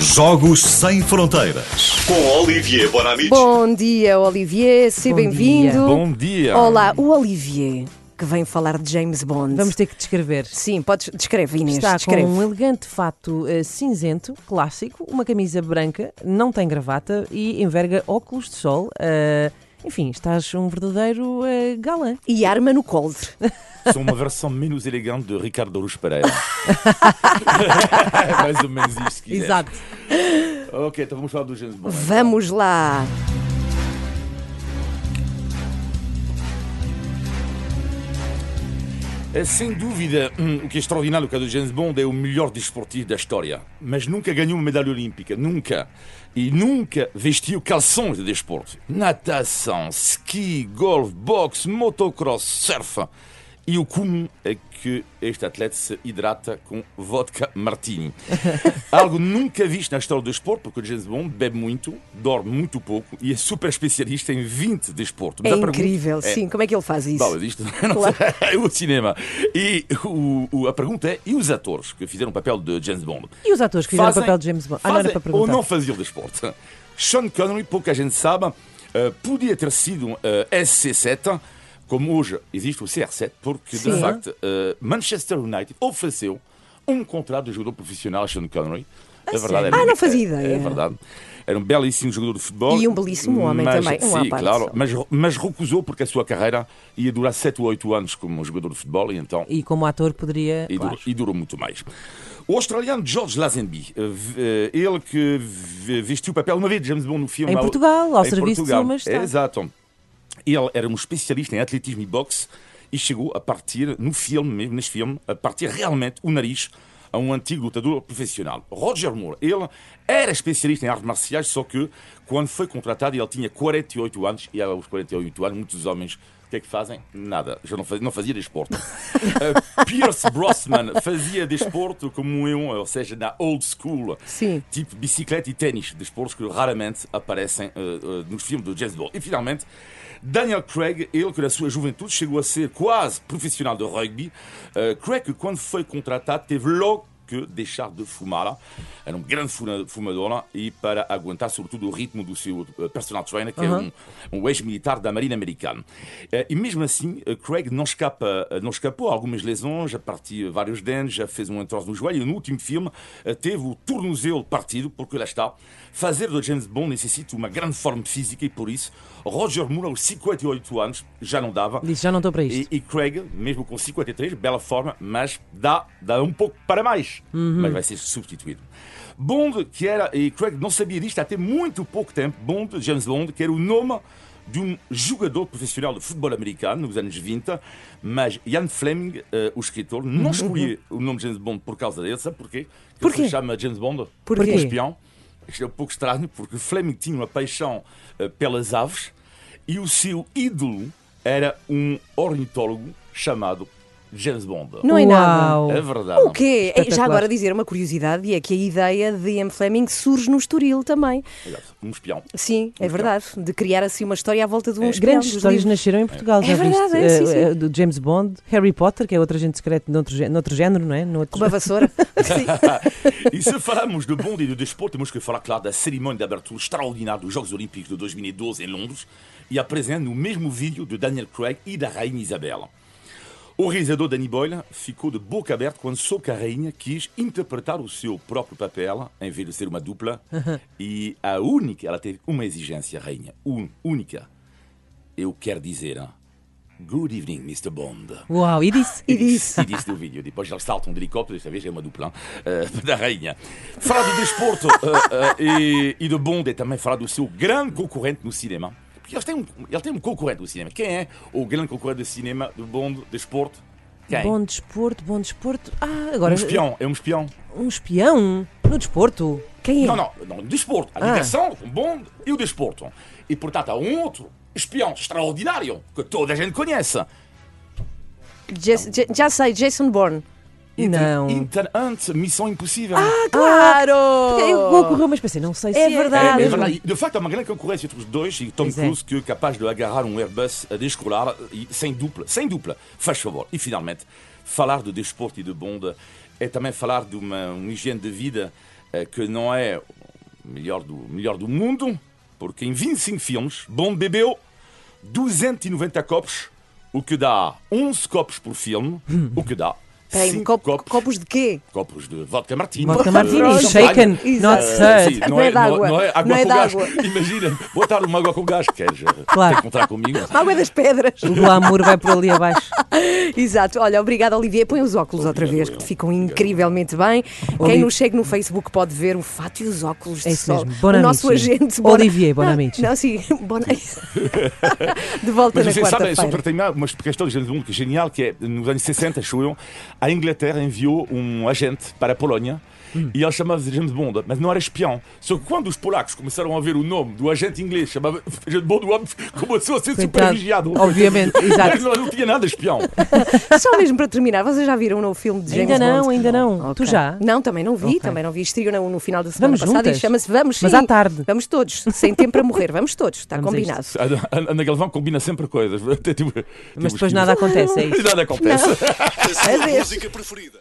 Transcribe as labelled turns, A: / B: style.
A: Jogos Sem Fronteiras. Com Olivier Bonamici.
B: Bom dia, Olivier, seja
C: Bom
B: bem-vindo.
D: Bom dia!
B: Olá, o Olivier, que vem falar de James Bond.
C: Vamos ter que descrever.
B: Sim, podes. Descreve, Inês,
C: Está
B: descreve.
C: com um elegante fato eh, cinzento, clássico, uma camisa branca, não tem gravata e enverga óculos de sol. eh, enfim, estás um verdadeiro eh, galã.
B: E arma no coldre.
D: Sou uma versão menos elegante de Ricardo Aruz Pereira. É Mais ou menos isso. se quiser.
C: Exato.
D: Ok, então vamos falar do James Bond.
B: Vamos lá.
D: É, Sem dúvida, hum, o que é extraordinário no caso do James Bond é o melhor desportivo da história. Mas nunca ganhou uma medalha olímpica, nunca. E nunca vestiu calções de desporto. Natação, ski, golfe, boxe, motocross, surf. E o comum é que este atleta se hidrata com vodka martini. Algo nunca visto na história do desporto, porque o James Bond bebe muito, dorme muito pouco e é super especialista em 20 desportos.
B: É
D: Mas a pergunta-
B: incrível,
D: É,
B: sim. Como é que ele faz isso?
D: Bom, então- mas isto não sei, é o cinema. E o- o- a pergunta é: e os atores que fizeram o papel de James Bond?
C: E os atores que fizeram o papel de James Bond? Ah, não era
D: fazem
C: para
D: ou
C: perguntar.
D: não faziam desporto? Sean Connery, pouca gente sabe, eh, podia ter sido um eh, SC7, como hoje existe o CR7, porque de
C: Sim.
D: facto eh, Manchester United ofereceu um contrato de jogador profissional a Sean Connery. É verdade.
C: sério?
D: era-
B: Ah, não fazia
D: é-
B: ideia.
D: É verdade. Era um belíssimo jogador de futebol.
B: E um belíssimo homem
D: mas-
B: também, um à
D: Sim,
B: parte
D: claro.
B: só.
D: Mas, mas recusou porque a sua carreira ia durar 7 ou 8 anos como jogador de futebol e então
C: E como ator poderia.
D: e,
C: claro.
D: durou, e durou muito mais. O australiano George Lazenby, eh, v- eh, ele que v- vestiu o papel uma vez de James Bond no filme
C: Em
D: ao-
C: Portugal, ao
D: em
C: serviço de
D: Portugal.
C: Sua Majestade.
D: Exato. Ele era um especialista em atletismo e boxe e chegou a partir, no filme mesmo, neste filme, a partir realmente o nariz a um antigo lutador profissional. Roger Moore, ele era especialista em artes marciais, só que quando foi contratado ele tinha 48 anos e aos 48 anos muitos homens o que é que fazem? Nada. Já não fazia, não fazia desporto. Eh, Pierce Brosnan fazia desporto como eu, ou seja, na old school.
B: Sim.
D: Tipo bicicleta e ténis, desportos que raramente aparecem eh, eh, nos filmes do James Bond. E finalmente, Daniel Craig, ele que na sua juventude chegou a ser quase profissional de rugby. Eh, Craig, que quando foi contratado, teve logo que deixar de fumar. Era um grande fuma- fumador e para aguentar sobretudo o ritmo do seu eh, personal trainer, que é um, um ex-militar da Marinha Americana. Eh, e mesmo assim, eh, Craig não, escapa, eh, não escapou a algumas lesões, já partiu vários dentes, já fez um entorse no joelho. E no último filme, eh, teve o tornozelo partido, porque lá está. Fazer do James Bond necessita uma grande forma física e por isso, Roger Moore, aos 58 anos, já não dava.
C: Disse, já não estou para isto.
D: E, e Craig, mesmo com 53, bela forma, mas dá, dá um pouco para mais. Mas vai ser substituído. Bond, que era, e Craig não sabia disto até muito pouco tempo, Bond, James Bond, que era o nome de um jogador profissional de futebol americano nos anos 20, mas Ian Fleming, eh, o escritor, não escolheu o nome de James Bond por causa dele, sabe porquê? Que
B: Porquê?
D: se chama James Bond
B: Porquê?
D: um espião. Isto é um pouco estranho, porque Fleming tinha uma paixão eh, pelas aves e o seu ídolo era um ornitólogo chamado James Bond.
B: Não é nada.
C: Uau.
D: É verdade.
B: O quê?
C: Espetacular.
B: Já agora dizer uma curiosidade é que a ideia de Ian Fleming surge no Estoril também.
D: Exato, Um espião.
B: Sim, é verdade. De criar assim uma história à volta de uns
C: É, Grandes histórias nasceram em Portugal,
B: É
C: já
B: verdade,
C: viste?
B: é, sim,
C: Eh,
B: sim.
C: eh, Do James Bond, Harry Potter, que é outro agente secreto noutro, gé- noutro género, não é? Noutro...
B: Uma vassoura. Sim.
D: E se falamos de Bond e do desporto, temos que falar, claro, da cerimónia de abertura extraordinária dos Jogos Olímpicos de 2012 em Londres e apresenta o mesmo vídeo de Daniel Craig e da Rainha Isabel. O realizador Danny Boyle ficou de boca aberta quando soube que a rainha quis interpretar o seu próprio papel, em vez de ser uma dupla. E a única, ela teve uma exigência, a rainha, un, única. Eu quero dizer, good evening, Mr. Bond.
C: Uau, e disse.
D: E disse. E disse no vídeo. Depois eles saltam de helicóptero, desta vez é uma dupla eh, da rainha. Falar do desporto eh, eh, e, e do Bond é também falar do seu grande concorrente no cinema. Porque eles têm um, ele tem um concorrente no cinema. Quem é o grande concorrente do cinema, do Bond, desporto? Quem?
C: Bom desporto, bom desporto. Ah, agora.
D: Um espião, é um espião.
C: Um espião? No desporto? Quem é?
D: Não, não, não, desporto. A
C: Ah.
D: ligação com Bond e o desporto. E portanto há um outro espião extraordinário que toda a gente conhece.
B: Jas- Ja- já sei, Jason Bourne.
C: Não.
D: Inter Hunt, Missão Impossível.
B: Claro!
C: Eu ocorreu, mas pensei, não sei se
B: É
C: é.
B: verdade.
D: É, é
B: mesmo.
D: verdade. De facto, há uma grande concorrência entre os dois e Tom
C: Pois é.
D: Cruise, que é capaz de agarrar um Airbus a descolar e sem dupla, sem dupla, faz favor. E finalmente, falar euh, de desporto e de bonde é também falar de uma, uma higiene de vida eh, que não é o melhor do, melhor do mundo, porque em 25 filmes, Bond bebeu 290 copos, o que dá 11 copos por filme,
C: Hmm.
D: o que dá
B: Peraí,
D: 5
B: copo-
D: copos,
B: copos de quê?
D: copos de vodka martini.
C: Vodka
D: eh,
C: martini, é shaken,
D: champanhe.
C: not
B: Exato.
C: served.
D: Ah, Sim,
B: Não é
D: não,
B: d'água.
D: não é água
B: Não é
D: com gás.
B: d'água.
D: Imagina, botar uma água com gás. Queres eh,
C: Claro.
D: te encontrar comigo?
B: Água das pedras.
C: O glamour vai por ali abaixo.
B: Exato. Olha, obrigada, Olivier. Põe os óculos outra
D: Obrigado,
B: vez,
D: eu.
B: que ficam
D: Obrigado.
B: incrivelmente bem. Quem
C: Oli-
B: nos segue no Facebook pode ver o fato e os óculos
C: É
B: de
C: isso
B: sol.
C: mesmo. Bon
B: o nosso
C: amici.
B: agente...
C: Olivier, bon
B: Não,
C: amici.
B: Não, sim. Bon... de volta
D: Mas é
B: na
D: vocês sabem, só para
B: quarta-feira.
D: terminar, uma questão de mundo que é genial, que é, nos anos 60, acho eu, a Inglaterra enviou um agente para a Polónia
C: Hum.
D: e ele chamava-se James Bond, mas não era espião. Só que quando os polacos começaram a ver o nome do agente inglês, chamava James Bond, o homem começou a ser
C: Coitado.
D: supervigiado.
C: Obviamente, exato.
D: Mas não, não tinha nada de espião.
B: Só mesmo para terminar, vocês já viram o novo filme de James
C: ainda não,
B: Bond?
C: ainda não. Tu
B: Ok.
C: já?
B: Não, também não vi,
C: Ok.
B: também não vi. Estreou no, no final da semana
C: Vamos
B: passada
C: juntas?
B: e chama-se Vamos sim.
C: Mas à tarde.
B: Vamos todos, sem tempo para morrer. Vamos todos, está
C: Vamos a isto.
B: combinado.
D: A Ana- Ana Galvão combina sempre coisas. Tipo- tipo
C: Mas depois
D: esquinas.
C: nada acontece, é isso.
D: Nada acontece.
A: A sua
B: Adeus.
A: música preferida.